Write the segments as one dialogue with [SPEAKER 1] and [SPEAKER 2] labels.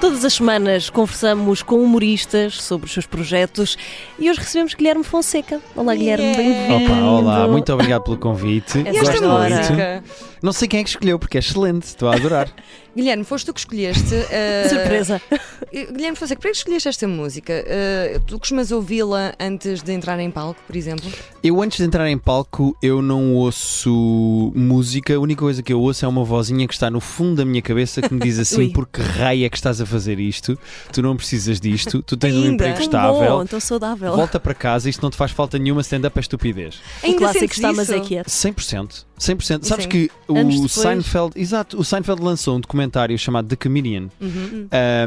[SPEAKER 1] Todas as semanas conversamos com humoristas sobre os seus projetos e hoje recebemos Guilherme Fonseca. Olá, Guilherme, bem-vindo.
[SPEAKER 2] Opa, olá, muito obrigado pelo convite.
[SPEAKER 1] E esta
[SPEAKER 2] Gosto
[SPEAKER 1] hora?
[SPEAKER 2] muito. Não sei quem é que escolheu, porque é excelente, estou a adorar.
[SPEAKER 3] Guilherme, foste tu que escolheste. eh,
[SPEAKER 1] Surpresa.
[SPEAKER 3] eh, Guilherme Fonseca, para que escolheste esta música? Eh, tu costumas ouvi-la antes de entrar em palco, por exemplo?
[SPEAKER 2] Eu antes de entrar em palco, eu não ouço música, a única coisa que eu ouço é uma vozinha que está no fundo da minha cabeça que me diz
[SPEAKER 1] Ui.
[SPEAKER 2] assim, por que raio é que estás a fazer isto? Tu não precisas disto, tu tens um
[SPEAKER 3] Ainda?
[SPEAKER 2] emprego
[SPEAKER 1] Tão bom,
[SPEAKER 2] estável,
[SPEAKER 1] tão saudável.
[SPEAKER 2] volta para casa, isto não te faz falta nenhuma, stand-up é estupidez.
[SPEAKER 1] o clássico
[SPEAKER 3] sentes
[SPEAKER 1] está, mas
[SPEAKER 3] isso?
[SPEAKER 1] é quieto.
[SPEAKER 2] 100%, 100%. Sabes
[SPEAKER 3] Sim.
[SPEAKER 2] que
[SPEAKER 1] Anos
[SPEAKER 2] o
[SPEAKER 1] depois.
[SPEAKER 2] Seinfeld, exato, o Seinfeld lançou um documentário chamado The Comedian,
[SPEAKER 1] é.
[SPEAKER 3] Uhum.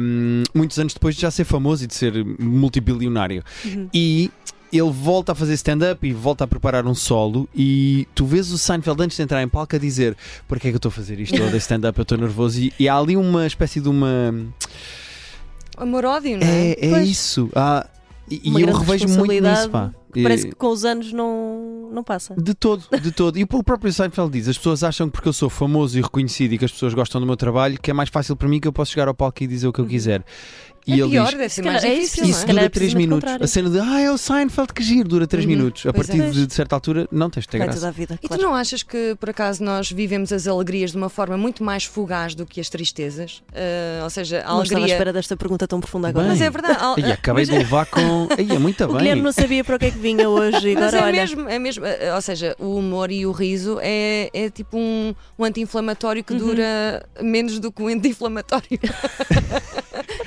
[SPEAKER 2] um, muitos anos depois de já ser famoso e de ser multibilionário.
[SPEAKER 1] Uhum.
[SPEAKER 2] E ele volta a fazer stand-up e volta a preparar um solo. E tu vês o Seinfeld antes de entrar em palco a dizer: Por que é que eu estou a fazer isto? Eu odeio stand-up, eu estou nervoso. E, e há ali uma espécie de uma.
[SPEAKER 3] Amor-ódio, não é?
[SPEAKER 2] É, é
[SPEAKER 1] Pois.
[SPEAKER 2] isso. Há- e
[SPEAKER 1] Uma
[SPEAKER 2] e eu
[SPEAKER 1] grande
[SPEAKER 2] revejo muito
[SPEAKER 1] responsabilidade
[SPEAKER 2] nisso, pá.
[SPEAKER 1] que Parece
[SPEAKER 2] E-
[SPEAKER 1] que com os anos não, não passa.
[SPEAKER 2] de todo, de todo. E o próprio Seinfeld diz: as pessoas acham que porque eu sou famoso e reconhecido e que as pessoas gostam do meu trabalho, que é mais fácil para mim que eu posso chegar ao palco e dizer o que
[SPEAKER 1] Uhum.
[SPEAKER 2] eu quiser. E
[SPEAKER 3] é
[SPEAKER 2] ele
[SPEAKER 3] pior,
[SPEAKER 2] diz:
[SPEAKER 3] deve ser
[SPEAKER 1] Se
[SPEAKER 3] mais
[SPEAKER 1] calhar é
[SPEAKER 3] difícil,
[SPEAKER 1] isso,
[SPEAKER 3] não
[SPEAKER 2] isso
[SPEAKER 3] é?
[SPEAKER 1] calhar é
[SPEAKER 2] dura 3
[SPEAKER 1] precisamente
[SPEAKER 2] minutos.
[SPEAKER 1] contrário.
[SPEAKER 2] A cena de ah, é o Seinfeld que giro dura 3
[SPEAKER 3] Uhum,
[SPEAKER 2] minutos. A
[SPEAKER 3] pois
[SPEAKER 2] partir
[SPEAKER 1] é.
[SPEAKER 2] de, de certa altura, não tens de ter
[SPEAKER 1] Vai
[SPEAKER 2] graça.
[SPEAKER 1] toda a vida,
[SPEAKER 3] E
[SPEAKER 1] claro.
[SPEAKER 3] tu não achas que, por acaso, nós vivemos as alegrias de uma forma muito mais fugaz do que as tristezas? Eh, ou seja, a
[SPEAKER 1] Não estava à
[SPEAKER 3] alegria.
[SPEAKER 1] espera desta pergunta tão profunda agora.
[SPEAKER 2] Bem.
[SPEAKER 3] Mas é verdade. al-
[SPEAKER 2] Ai, acabei
[SPEAKER 3] mas-
[SPEAKER 2] de levar com. Ai, é muito
[SPEAKER 1] O
[SPEAKER 2] bem.
[SPEAKER 1] Guilherme não sabia para o que é que vinha hoje. e
[SPEAKER 3] Mas
[SPEAKER 1] Agora,
[SPEAKER 3] é
[SPEAKER 1] olha,
[SPEAKER 3] mesmo, é mesmo, eh, ou seja, o humor e o riso é, é tipo um, um anti-inflamatório
[SPEAKER 1] Uhum.
[SPEAKER 3] que dura menos do que um anti-inflamatório.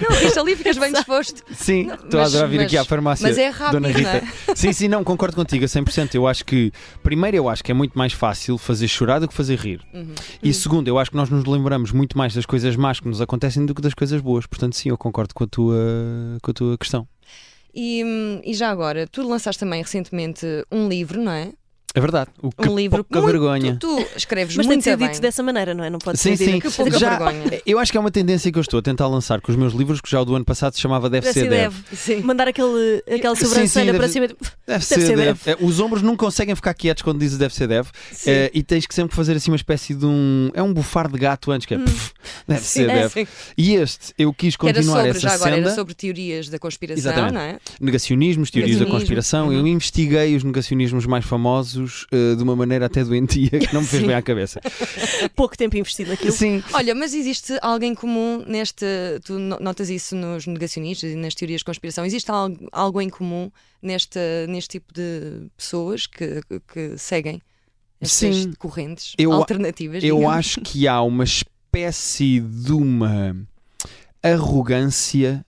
[SPEAKER 3] não, isto ali ficas bem disposto.
[SPEAKER 2] Sim,
[SPEAKER 3] Não,
[SPEAKER 2] estou a
[SPEAKER 3] mas-
[SPEAKER 2] adorar vir
[SPEAKER 3] mas-
[SPEAKER 2] aqui à farmácia.
[SPEAKER 3] mas é rápido,
[SPEAKER 2] Dona Rita.
[SPEAKER 3] não
[SPEAKER 2] Sim, sim, não, concordo contigo, a 100%. Eu acho que, primeiro, eu acho que é muito mais fácil fazer chorar do que fazer rir.
[SPEAKER 3] Uhum.
[SPEAKER 2] E segundo, eu acho que nós nos lembramos muito mais das coisas más que nos acontecem do que das coisas boas. Portanto, sim, eu concordo com a tua, com a tua questão.
[SPEAKER 3] E, hum, e já agora, tu lançaste também recentemente um livro, não é?
[SPEAKER 2] É verdade. O que
[SPEAKER 3] Um livro
[SPEAKER 2] pouca
[SPEAKER 3] muito-
[SPEAKER 2] vergonha.
[SPEAKER 3] Tu, tu escreves
[SPEAKER 1] mas tem de
[SPEAKER 3] muito
[SPEAKER 1] ser
[SPEAKER 3] bem.
[SPEAKER 1] dito dessa maneira, não é? Não pode
[SPEAKER 2] Sim,
[SPEAKER 1] ser dito
[SPEAKER 2] sim.
[SPEAKER 3] Que pouca
[SPEAKER 2] Já-
[SPEAKER 3] vergonha.
[SPEAKER 2] Eu acho que é uma tendência que eu estou a tentar lançar com os meus livros, que já o do ano passado se chamava Deve,
[SPEAKER 1] Deve
[SPEAKER 2] Ser
[SPEAKER 1] ser deve.
[SPEAKER 3] Sim.
[SPEAKER 1] Mandar aquele, aquela
[SPEAKER 2] Sim, sim,
[SPEAKER 1] sobrancelha
[SPEAKER 2] deve-
[SPEAKER 1] para cima. e-
[SPEAKER 2] Deve
[SPEAKER 1] Deve ser deve.
[SPEAKER 2] É, Os ombros não conseguem ficar quietos quando dizes deve ser deve. Eh, e tens que sempre fazer assim uma espécie de um. É um bufar de gato antes, que é. pff, deve
[SPEAKER 1] Sim,
[SPEAKER 2] ser
[SPEAKER 1] é,
[SPEAKER 2] deve.
[SPEAKER 3] Hum. Sim. assim.
[SPEAKER 2] E este, eu quis
[SPEAKER 3] Que era
[SPEAKER 2] continuar
[SPEAKER 3] sobre,
[SPEAKER 2] essa
[SPEAKER 3] já agora,
[SPEAKER 2] senda.
[SPEAKER 3] era sobre teorias da conspiração,
[SPEAKER 2] Exatamente.
[SPEAKER 3] não é?
[SPEAKER 2] Negacionismos, teorias da
[SPEAKER 3] Negacionismo. Uhum.
[SPEAKER 2] conspiração. Eu investiguei os negacionismos mais famosos eh, de uma maneira até doentia que não me fez bem à cabeça.
[SPEAKER 1] Pouco tempo investido naquilo.
[SPEAKER 2] Sim.
[SPEAKER 3] Olha, mas existe alguém comum neste. Tu no- notas isso nos negacionistas e nas teorias de conspiração? Existe al- algo em comum neste, neste tipo de pessoas que, que seguem estas
[SPEAKER 2] Sim.
[SPEAKER 3] correntes
[SPEAKER 2] Eu a-
[SPEAKER 3] alternativas?
[SPEAKER 2] Eu
[SPEAKER 3] digamos?
[SPEAKER 2] acho que há uma espécie de uma arrogância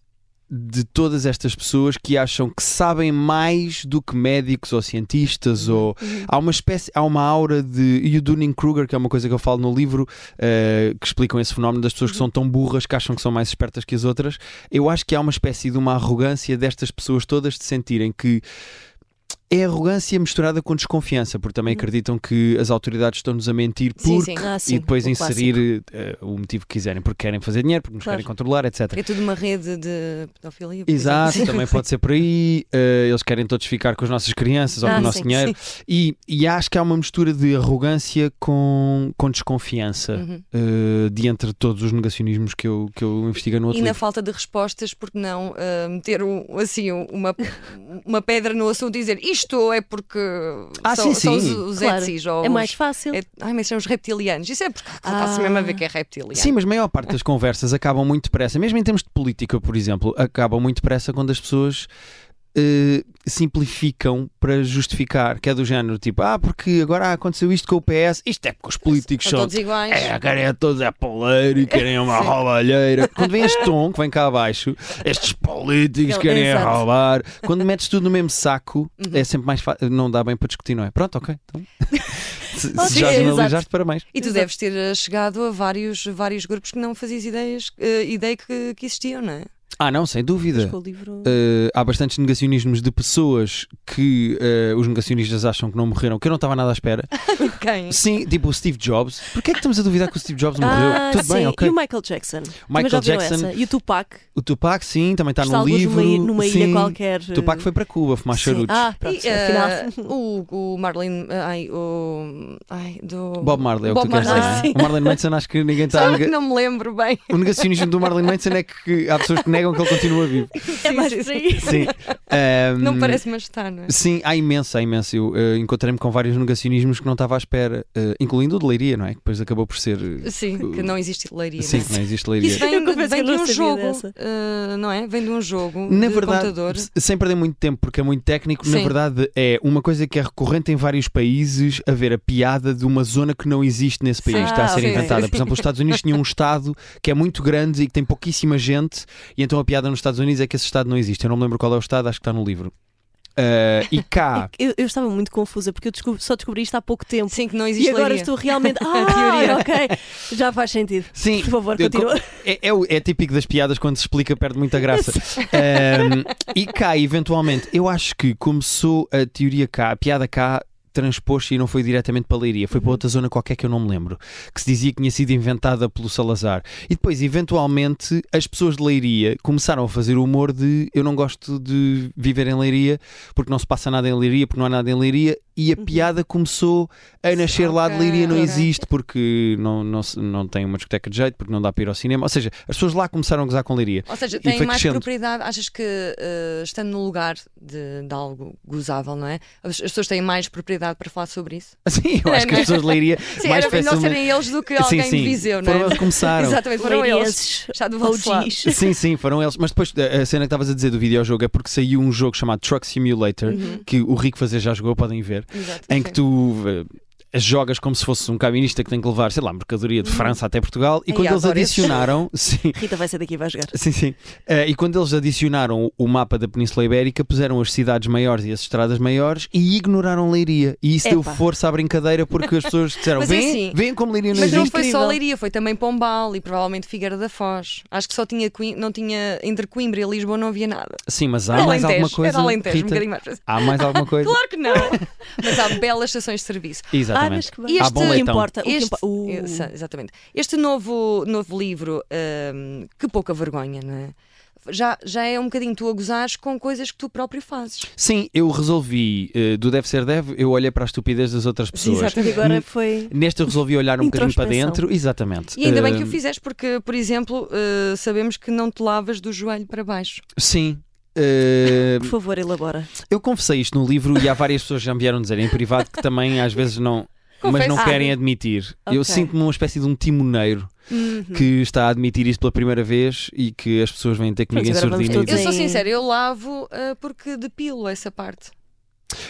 [SPEAKER 2] de todas estas pessoas que acham que sabem mais do que médicos ou cientistas ou há uma espécie há uma aura de e o Dunning Kruger que é uma coisa que eu falo no livro eh, que explicam esse fenómeno das pessoas que são
[SPEAKER 1] Uhum.
[SPEAKER 2] tão burras que acham que são mais espertas que as outras eu acho que há uma espécie de uma arrogância destas pessoas todas de sentirem que é arrogância misturada com desconfiança, porque também acreditam que as autoridades estão-nos a mentir
[SPEAKER 3] Sim,
[SPEAKER 2] porque
[SPEAKER 3] sim.
[SPEAKER 1] Ah,
[SPEAKER 2] e
[SPEAKER 1] Uhum. sim,
[SPEAKER 2] depois
[SPEAKER 1] o
[SPEAKER 2] inserir eh, o motivo que quiserem, porque querem fazer dinheiro, porque nos
[SPEAKER 1] Claro.
[SPEAKER 2] querem controlar, etc.
[SPEAKER 3] É tudo uma rede de pedofilia. por exemplo. assim.
[SPEAKER 2] Exato, também pode ser por aí. eh, eles querem todos ficar com as nossas crianças ou
[SPEAKER 1] Ah,
[SPEAKER 2] com o nosso
[SPEAKER 1] sim,
[SPEAKER 2] dinheiro. E, e acho que há uma mistura de arrogância com, com desconfiança
[SPEAKER 3] Uhum.
[SPEAKER 2] eh, de entre todos os negacionismos que eu, que eu investiguei no outro
[SPEAKER 3] E na
[SPEAKER 2] livro.
[SPEAKER 3] falta de respostas, porque não ah, meter um- assim um- uma, uma pedra no assunto e dizer isto é porque
[SPEAKER 2] Ah,
[SPEAKER 3] são,
[SPEAKER 2] sim,
[SPEAKER 3] são os,
[SPEAKER 2] sim.
[SPEAKER 3] os
[SPEAKER 1] Claro,
[SPEAKER 3] ETSIs ou
[SPEAKER 1] É
[SPEAKER 3] os-
[SPEAKER 1] mais fácil.
[SPEAKER 3] é- ai, mas são os reptilianos. Isso é porque
[SPEAKER 1] Ah.
[SPEAKER 3] está-se mesmo a ver que é reptiliano.
[SPEAKER 2] Sim, mas a maior parte das conversas acabam muito depressa, mesmo em termos de política, por exemplo, acabam muito depressa quando as pessoas eh, simplificam para justificar, que é do género tipo, ah, porque agora aconteceu isto com o PS, isto é porque os políticos
[SPEAKER 3] São
[SPEAKER 2] são.
[SPEAKER 3] todos iguais.
[SPEAKER 2] É, querem a todos a pauleira e querem uma roubalheira. Quando vem este tom que vem cá abaixo, estes políticos
[SPEAKER 1] Ele-
[SPEAKER 2] querem
[SPEAKER 1] exato. Uhum.
[SPEAKER 2] roubar. Quando metes tudo no mesmo saco, é sempre mais fácil. Não dá bem para discutir, não é? Pronto, ok. Então. se,
[SPEAKER 1] Ok,
[SPEAKER 2] se já
[SPEAKER 1] exato.
[SPEAKER 2] generalizaste, parabéns.
[SPEAKER 3] E tu deves ter eh, chegado a vários, vários grupos que não fazias ideias, eh, ideia que, que existiam, não é?
[SPEAKER 2] Ah, não, sem dúvida.
[SPEAKER 1] Acho que o livro.
[SPEAKER 2] Eh, há bastantes negacionismos de pessoas que eh, os negacionistas acham que não morreram, que eu não estava nada à espera.
[SPEAKER 3] Quem?
[SPEAKER 2] Sim, tipo o Steve Jobs. Porquê é que estamos a duvidar que o Steve Jobs morreu?
[SPEAKER 1] Ah,
[SPEAKER 2] Tudo bem,
[SPEAKER 1] sim.
[SPEAKER 2] ok.
[SPEAKER 1] E o Michael Jackson. Também
[SPEAKER 2] Michael
[SPEAKER 1] já ouviram
[SPEAKER 2] Jackson-
[SPEAKER 1] Essa. E o Tupac.
[SPEAKER 2] O Tupac, sim, também está
[SPEAKER 1] está
[SPEAKER 2] no
[SPEAKER 1] alguns
[SPEAKER 2] livro.
[SPEAKER 1] numa, i- numa ilha
[SPEAKER 2] sim.
[SPEAKER 1] qualquer. eh,
[SPEAKER 2] O Tupac foi para Cuba fumar
[SPEAKER 1] Sim.
[SPEAKER 2] charutos.
[SPEAKER 1] Ah, pronto,
[SPEAKER 3] E, eh,
[SPEAKER 1] afinal.
[SPEAKER 3] o, o Marlene. Ai, o. Ai, do.
[SPEAKER 2] Bob Marley é o
[SPEAKER 3] Bob
[SPEAKER 2] que tu queres
[SPEAKER 3] Marley,
[SPEAKER 2] dizer. é?
[SPEAKER 3] sim.
[SPEAKER 2] não é? O Marlon Manson acho que ninguém está a
[SPEAKER 3] Sabe
[SPEAKER 2] nega-
[SPEAKER 3] que não me lembro bem.
[SPEAKER 2] O negacionismo do Marlon Manson é que há pessoas que negam que ele continua vivo.
[SPEAKER 1] É
[SPEAKER 3] Sim,
[SPEAKER 1] mais
[SPEAKER 3] sim,
[SPEAKER 1] por
[SPEAKER 3] sim.
[SPEAKER 1] aí.
[SPEAKER 2] Sim. Ahm,
[SPEAKER 3] Não parece, mas está, não é?
[SPEAKER 2] Sim, há imenso, há imenso. Eu eh, encontrei-me com vários negacionismos que não estava à espera, eh, incluindo o de Leiria, não é? Que depois acabou por ser. eh,
[SPEAKER 3] Sim, que não existe leiria.
[SPEAKER 2] Sim,
[SPEAKER 3] não é?
[SPEAKER 2] que não existe
[SPEAKER 3] Isso
[SPEAKER 2] Leiria.
[SPEAKER 1] Eu
[SPEAKER 3] vem,
[SPEAKER 1] confesso
[SPEAKER 3] vem
[SPEAKER 1] que eu
[SPEAKER 3] de
[SPEAKER 1] não
[SPEAKER 3] um
[SPEAKER 1] sabia
[SPEAKER 3] jogo,
[SPEAKER 1] dessa.
[SPEAKER 3] eh, não é? Vem de um jogo
[SPEAKER 2] Na
[SPEAKER 3] de
[SPEAKER 2] verdade,
[SPEAKER 3] computador.
[SPEAKER 2] s- sem perder muito tempo, porque é muito técnico, na
[SPEAKER 3] Sim.
[SPEAKER 2] verdade é uma coisa que é recorrente em vários países haver a piada de uma zona que não existe nesse país,
[SPEAKER 1] Sim.
[SPEAKER 2] está a ser
[SPEAKER 1] Ah, ok.
[SPEAKER 2] inventada. Por exemplo, os Estados Unidos tinham um Estado que é muito grande e que tem pouquíssima gente, e então a piada nos Estados Unidos é que esse Estado não existe. Eu não me lembro qual é o Estado, acho que está no livro. Ah, e cá.
[SPEAKER 1] Eu, eu estava muito confusa porque eu descob- só descobri isto há pouco tempo.
[SPEAKER 3] Sim, que não existe
[SPEAKER 1] E agora
[SPEAKER 3] leiria.
[SPEAKER 1] estou realmente. Ah,
[SPEAKER 3] teoria.
[SPEAKER 1] ok. Já faz sentido.
[SPEAKER 2] Sim,
[SPEAKER 1] Por favor,
[SPEAKER 2] eu
[SPEAKER 1] continua.
[SPEAKER 2] É, é o- é típico das piadas quando se explica, perde muita graça. Ahm, e cá, eventualmente, eu acho que começou a teoria cá, a piada cá transpôs-se e não foi diretamente para a Leiria, foi
[SPEAKER 3] Uhum.
[SPEAKER 2] para outra zona qualquer que eu não me lembro, que se dizia que tinha sido inventada pelo Salazar. E depois, eventualmente, as pessoas de Leiria começaram a fazer o humor de eu não gosto de viver em Leiria porque não se passa nada em Leiria, porque não há nada em Leiria, e a piada começou a nascer lá de
[SPEAKER 3] Uhum. Ok,
[SPEAKER 2] Leiria não
[SPEAKER 3] ok.
[SPEAKER 2] existe porque não, não, se- não tem uma discoteca de jeito, porque não dá para ir ao cinema. Ou seja, as pessoas lá começaram a gozar com Leiria.
[SPEAKER 3] Ou seja,
[SPEAKER 2] E
[SPEAKER 3] tem
[SPEAKER 2] foi
[SPEAKER 3] mais
[SPEAKER 2] crescendo.
[SPEAKER 3] propriedade. Achas que eh, estando no lugar de, de algo gozável, não é? As, as pessoas têm mais propriedade para falar sobre isso?
[SPEAKER 2] Sim, Assim, eu acho que as pessoas de Leiria
[SPEAKER 3] É, né? Sim,
[SPEAKER 2] mais
[SPEAKER 3] era melhor
[SPEAKER 2] facilmente.
[SPEAKER 3] serem eles do que
[SPEAKER 2] Sim,
[SPEAKER 3] alguém
[SPEAKER 2] sim,
[SPEAKER 3] de Viseu, não
[SPEAKER 2] foram
[SPEAKER 3] é?
[SPEAKER 2] eles que começaram.
[SPEAKER 3] Exatamente, foram eles.
[SPEAKER 1] Leirienses,
[SPEAKER 3] Está do vosso lado.
[SPEAKER 1] OGs.
[SPEAKER 2] Sim, sim, foram eles. Mas depois a a cena que estavas a dizer do videojogo é porque saiu um jogo chamado Truck Simulator, que o Rico Fazer já jogou, podem ver,
[SPEAKER 3] Exato, Uhum.
[SPEAKER 2] em
[SPEAKER 3] sim.
[SPEAKER 2] que tu eh, jogas como se fosse um caminista que tem que levar, sei lá, mercadoria de França até Portugal. E
[SPEAKER 3] Uhum. Ai,
[SPEAKER 2] quando eles
[SPEAKER 3] adoro esse jogo.
[SPEAKER 2] adicionaram, sim,
[SPEAKER 1] Rita vai sair daqui e vai jogar.
[SPEAKER 2] Sim, sim. Eh, e quando eles adicionaram o mapa da Península Ibérica, puseram as cidades maiores e as estradas maiores e ignoraram Leiria. E isso deu
[SPEAKER 1] Epá.
[SPEAKER 2] força à brincadeira porque as pessoas disseram:
[SPEAKER 3] Mas é
[SPEAKER 2] vem,
[SPEAKER 3] assim,
[SPEAKER 2] vem como Leiria não
[SPEAKER 3] Mas não
[SPEAKER 2] existe.
[SPEAKER 3] foi
[SPEAKER 1] Incrível.
[SPEAKER 3] só Leiria, foi também Pombal e provavelmente Figueira da Foz. Acho que só tinha, Coim- não tinha, entre Coimbra e Lisboa não havia nada.
[SPEAKER 2] Sim, mas há
[SPEAKER 3] era
[SPEAKER 2] mais
[SPEAKER 3] Alentejo,
[SPEAKER 2] alguma coisa.
[SPEAKER 3] era Alentejo, um
[SPEAKER 2] Rita?
[SPEAKER 3] bocadinho mais. para cima.
[SPEAKER 2] há mais alguma coisa?
[SPEAKER 3] Claro que não! Mas há belas estações de serviço.
[SPEAKER 1] Ah, mas
[SPEAKER 2] Exatamente.
[SPEAKER 1] que bem.
[SPEAKER 3] Há
[SPEAKER 1] Este-
[SPEAKER 2] bom
[SPEAKER 1] o que
[SPEAKER 2] leitão.
[SPEAKER 1] importa. Tá, o que
[SPEAKER 3] Este,
[SPEAKER 1] impo- o-
[SPEAKER 3] Exa- Exatamente. Este novo, novo livro, hum, que pouca vergonha, não é? Já, já é um bocadinho tu a gozares com coisas que tu próprio fazes.
[SPEAKER 2] Sim, eu resolvi, eh, do deve ser deve, eu olhei para a estupidez das outras pessoas.
[SPEAKER 1] E agora foi.
[SPEAKER 2] Neste eu resolvi olhar um bocadinho para
[SPEAKER 1] Introspecção.
[SPEAKER 2] dentro. Exatamente.
[SPEAKER 3] E ainda bem que
[SPEAKER 2] Eh,
[SPEAKER 3] o fizeste, porque, por exemplo, eh, sabemos que não te lavas do joelho para baixo.
[SPEAKER 2] Sim. Eh,
[SPEAKER 1] Por favor, elabora.
[SPEAKER 2] Eu confessei isto no livro e há várias pessoas que já me vieram dizer em privado que também às vezes não. Mas não
[SPEAKER 3] Confessar.
[SPEAKER 2] querem admitir. Eu
[SPEAKER 1] Ok.
[SPEAKER 2] sinto-me uma espécie de um timoneiro que está a admitir isto pela primeira vez e que as pessoas vêm ter comigo
[SPEAKER 1] Pronto,
[SPEAKER 2] em
[SPEAKER 1] agora vamos
[SPEAKER 2] surdina. e
[SPEAKER 1] todos
[SPEAKER 3] Eu
[SPEAKER 2] dizer-
[SPEAKER 3] sou
[SPEAKER 1] Sim.
[SPEAKER 3] sincera, eu lavo eh, porque depilo essa parte.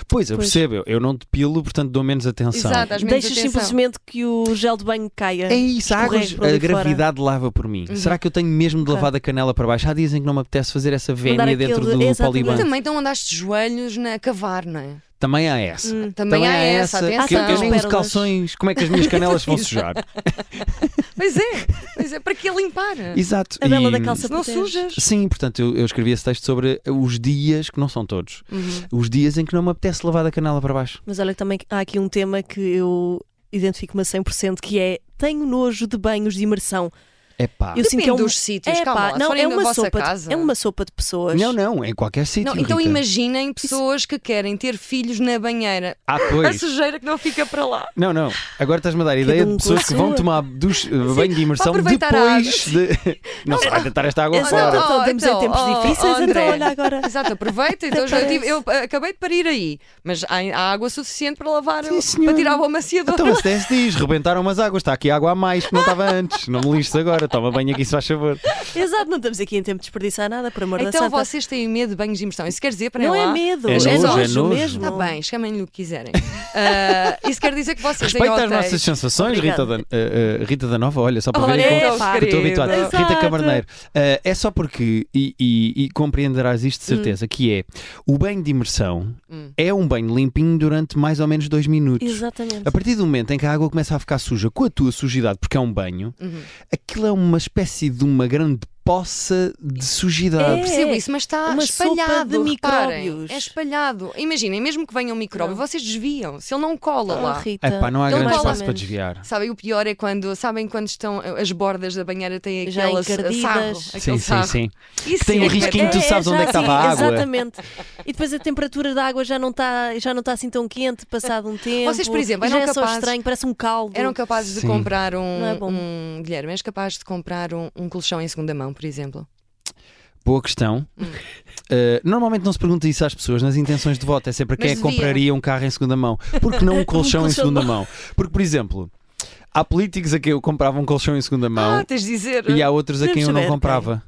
[SPEAKER 2] Pois, eu
[SPEAKER 1] Pois.
[SPEAKER 2] percebo, eu- eu não depilo, portanto dou menos atenção.
[SPEAKER 3] Exato, às menos
[SPEAKER 1] Deixas
[SPEAKER 3] atenção.
[SPEAKER 1] simplesmente que o gel de banho caia.
[SPEAKER 2] É isso, a, água-
[SPEAKER 1] Escorrega por ali
[SPEAKER 2] a gravidade lava por mim. Será que eu tenho mesmo de
[SPEAKER 1] Ok.
[SPEAKER 2] lavar da canela para baixo? Há dias em que não me apetece fazer essa vénia
[SPEAKER 1] aquele-
[SPEAKER 2] dentro do
[SPEAKER 1] exatamente.
[SPEAKER 2] polibanco.
[SPEAKER 1] Portanto,
[SPEAKER 3] Também então andaste de joelhos na a cavar, não é?
[SPEAKER 2] Também há essa.
[SPEAKER 1] Hum.
[SPEAKER 3] Também, há essa,
[SPEAKER 2] que
[SPEAKER 1] Há
[SPEAKER 2] eu- eu
[SPEAKER 1] tantas
[SPEAKER 3] atenção.
[SPEAKER 2] nem uso
[SPEAKER 1] pérolas.
[SPEAKER 2] calções, como é que as minhas canelas vão sujar?
[SPEAKER 3] Pois é, pois é, para que limpar?
[SPEAKER 2] Exato.
[SPEAKER 1] A bela
[SPEAKER 2] e-
[SPEAKER 1] da calça
[SPEAKER 3] Se não
[SPEAKER 1] protege.
[SPEAKER 3] sujas.
[SPEAKER 2] Sim, portanto, eu, eu escrevi esse texto sobre os dias, que não são todos,
[SPEAKER 3] Uhum.
[SPEAKER 2] os dias em que não me apetece lavar da canela para baixo.
[SPEAKER 1] Mas olha que também há aqui um tema que eu identifico-me a 100% que é tenho nojo de banhos de imersão.
[SPEAKER 2] É pá.
[SPEAKER 1] Eu sinto que é um...
[SPEAKER 3] Depende dos sítios,
[SPEAKER 1] é,
[SPEAKER 3] calma
[SPEAKER 1] pá,
[SPEAKER 3] lá, se
[SPEAKER 1] não,
[SPEAKER 3] forem
[SPEAKER 1] é
[SPEAKER 3] na
[SPEAKER 1] uma
[SPEAKER 3] vossa
[SPEAKER 1] sopa, de-
[SPEAKER 3] casa.
[SPEAKER 1] é uma sopa de pessoas.
[SPEAKER 2] Não, não, em qualquer sítio.
[SPEAKER 3] Não, então
[SPEAKER 2] Rita.
[SPEAKER 3] imaginem pessoas que querem ter filhos na banheira.
[SPEAKER 2] Ah,
[SPEAKER 3] A
[SPEAKER 2] pois.
[SPEAKER 3] sujeira que não fica para lá.
[SPEAKER 2] Não, não. Agora estás-me a dar a ideia
[SPEAKER 1] um
[SPEAKER 2] de pessoas
[SPEAKER 1] com a
[SPEAKER 2] que vão
[SPEAKER 1] sua.
[SPEAKER 2] tomar duche, eh, banho de imersão
[SPEAKER 3] para aproveitar a
[SPEAKER 2] depois de. Não se vai tentar esta água
[SPEAKER 1] Exato.
[SPEAKER 2] fora.
[SPEAKER 1] então, estamos em tempos difíceis, então,
[SPEAKER 3] oh, André.
[SPEAKER 1] olha agora.
[SPEAKER 3] Exato, aproveita. Então, já tive- eu ah, acabei de parir aí, mas há, há água suficiente para lavar,
[SPEAKER 2] Sim,
[SPEAKER 3] o-
[SPEAKER 2] senhora.
[SPEAKER 3] para tirar o amaciador.
[SPEAKER 2] Então, mas se diz, rebentaram umas águas, está aqui água a mais que não estava antes. Não me lixes agora, toma banho aqui, se faz favor.
[SPEAKER 1] Exato, não estamos aqui em tempo de desperdiçar nada, por amor da
[SPEAKER 3] Então
[SPEAKER 1] santa.
[SPEAKER 3] vocês têm medo de banhos de imersão. Isso quer dizer para
[SPEAKER 1] Não
[SPEAKER 3] lá?
[SPEAKER 1] é medo,
[SPEAKER 2] tá- É
[SPEAKER 1] é
[SPEAKER 2] nojo, é nojo.
[SPEAKER 1] mesmo.
[SPEAKER 3] Está bem, chamem-lhe o que quiserem. Ah, isso quer dizer que vocês têm
[SPEAKER 2] Respeita as
[SPEAKER 3] hotéis.
[SPEAKER 2] nossas sensações, Rita da,
[SPEAKER 1] Obrigada.
[SPEAKER 2] eh, eh, Rita da Nova, olha, só para
[SPEAKER 3] Olha,
[SPEAKER 2] verem como-
[SPEAKER 1] então,
[SPEAKER 2] que eu estou
[SPEAKER 3] querido.
[SPEAKER 2] habituado.
[SPEAKER 1] Exato.
[SPEAKER 2] Rita Camarneiro, eh, é só porque, e, e- e compreenderás isto de certeza, que é o banho de imersão é um banho limpinho durante mais ou menos dois minutos.
[SPEAKER 1] Exatamente.
[SPEAKER 3] Uhum.
[SPEAKER 2] A partir do momento em que a
[SPEAKER 3] Uhum.
[SPEAKER 2] água começa a ficar suja com a tua sujidade, porque é um banho, aquilo é uma espécie de uma grande poça de sujidade.
[SPEAKER 1] É.
[SPEAKER 3] Percebo isso, mas está
[SPEAKER 1] uma sopa
[SPEAKER 3] espalhado.
[SPEAKER 1] de
[SPEAKER 3] reparem.
[SPEAKER 1] micróbios.
[SPEAKER 3] É espalhado. Imaginem, mesmo que venha um micróbio,
[SPEAKER 1] Não.
[SPEAKER 3] vocês desviam. Se ele não cola
[SPEAKER 1] Oh,
[SPEAKER 3] lá.
[SPEAKER 1] Rita.
[SPEAKER 2] É pá, não há
[SPEAKER 3] Então,
[SPEAKER 2] grande
[SPEAKER 3] mais ou
[SPEAKER 2] espaço para
[SPEAKER 1] menos.
[SPEAKER 2] desviar.
[SPEAKER 3] Sabem, o pior é quando, sabem quando estão as bordas da banheira têm
[SPEAKER 1] Já
[SPEAKER 3] aquela
[SPEAKER 1] encardidas.
[SPEAKER 3] sarro,
[SPEAKER 2] Sim,
[SPEAKER 3] aquele
[SPEAKER 2] sim,
[SPEAKER 3] sarro.
[SPEAKER 2] sim.
[SPEAKER 3] Isso
[SPEAKER 2] tem
[SPEAKER 3] é
[SPEAKER 2] um
[SPEAKER 3] que-
[SPEAKER 2] risquinho
[SPEAKER 3] é-
[SPEAKER 2] tu sabes onde é que
[SPEAKER 1] já,
[SPEAKER 2] estava a
[SPEAKER 1] sim,
[SPEAKER 2] água.
[SPEAKER 1] Exatamente. E depois a temperatura da água já não está já não está assim tão quente, passado um tempo.
[SPEAKER 3] Vocês, por exemplo,
[SPEAKER 1] já
[SPEAKER 3] eram
[SPEAKER 1] é só
[SPEAKER 3] capazes-
[SPEAKER 1] estranho, parece um caldo.
[SPEAKER 3] é. Eram capazes de
[SPEAKER 2] Sim.
[SPEAKER 3] comprar
[SPEAKER 1] Não
[SPEAKER 3] um,
[SPEAKER 1] é bom.
[SPEAKER 3] um- Guilherme, és capaz de comprar um, um colchão em segunda mão, por exemplo?
[SPEAKER 2] Boa questão.
[SPEAKER 3] Hum.
[SPEAKER 2] Uh, normalmente não se pergunta isso às pessoas nas intenções de voto, é sempre
[SPEAKER 3] Mas
[SPEAKER 2] quem é que
[SPEAKER 3] devia.
[SPEAKER 2] compraria um carro em segunda mão. Porque não um colchão em
[SPEAKER 1] colchão de
[SPEAKER 2] segunda mão? Porque, por exemplo, há políticos a quem eu comprava um colchão em segunda mão
[SPEAKER 3] Ah, tens de dizer.
[SPEAKER 2] e há outros a quem
[SPEAKER 1] Devemos
[SPEAKER 2] eu não
[SPEAKER 1] saber quem.
[SPEAKER 2] comprava.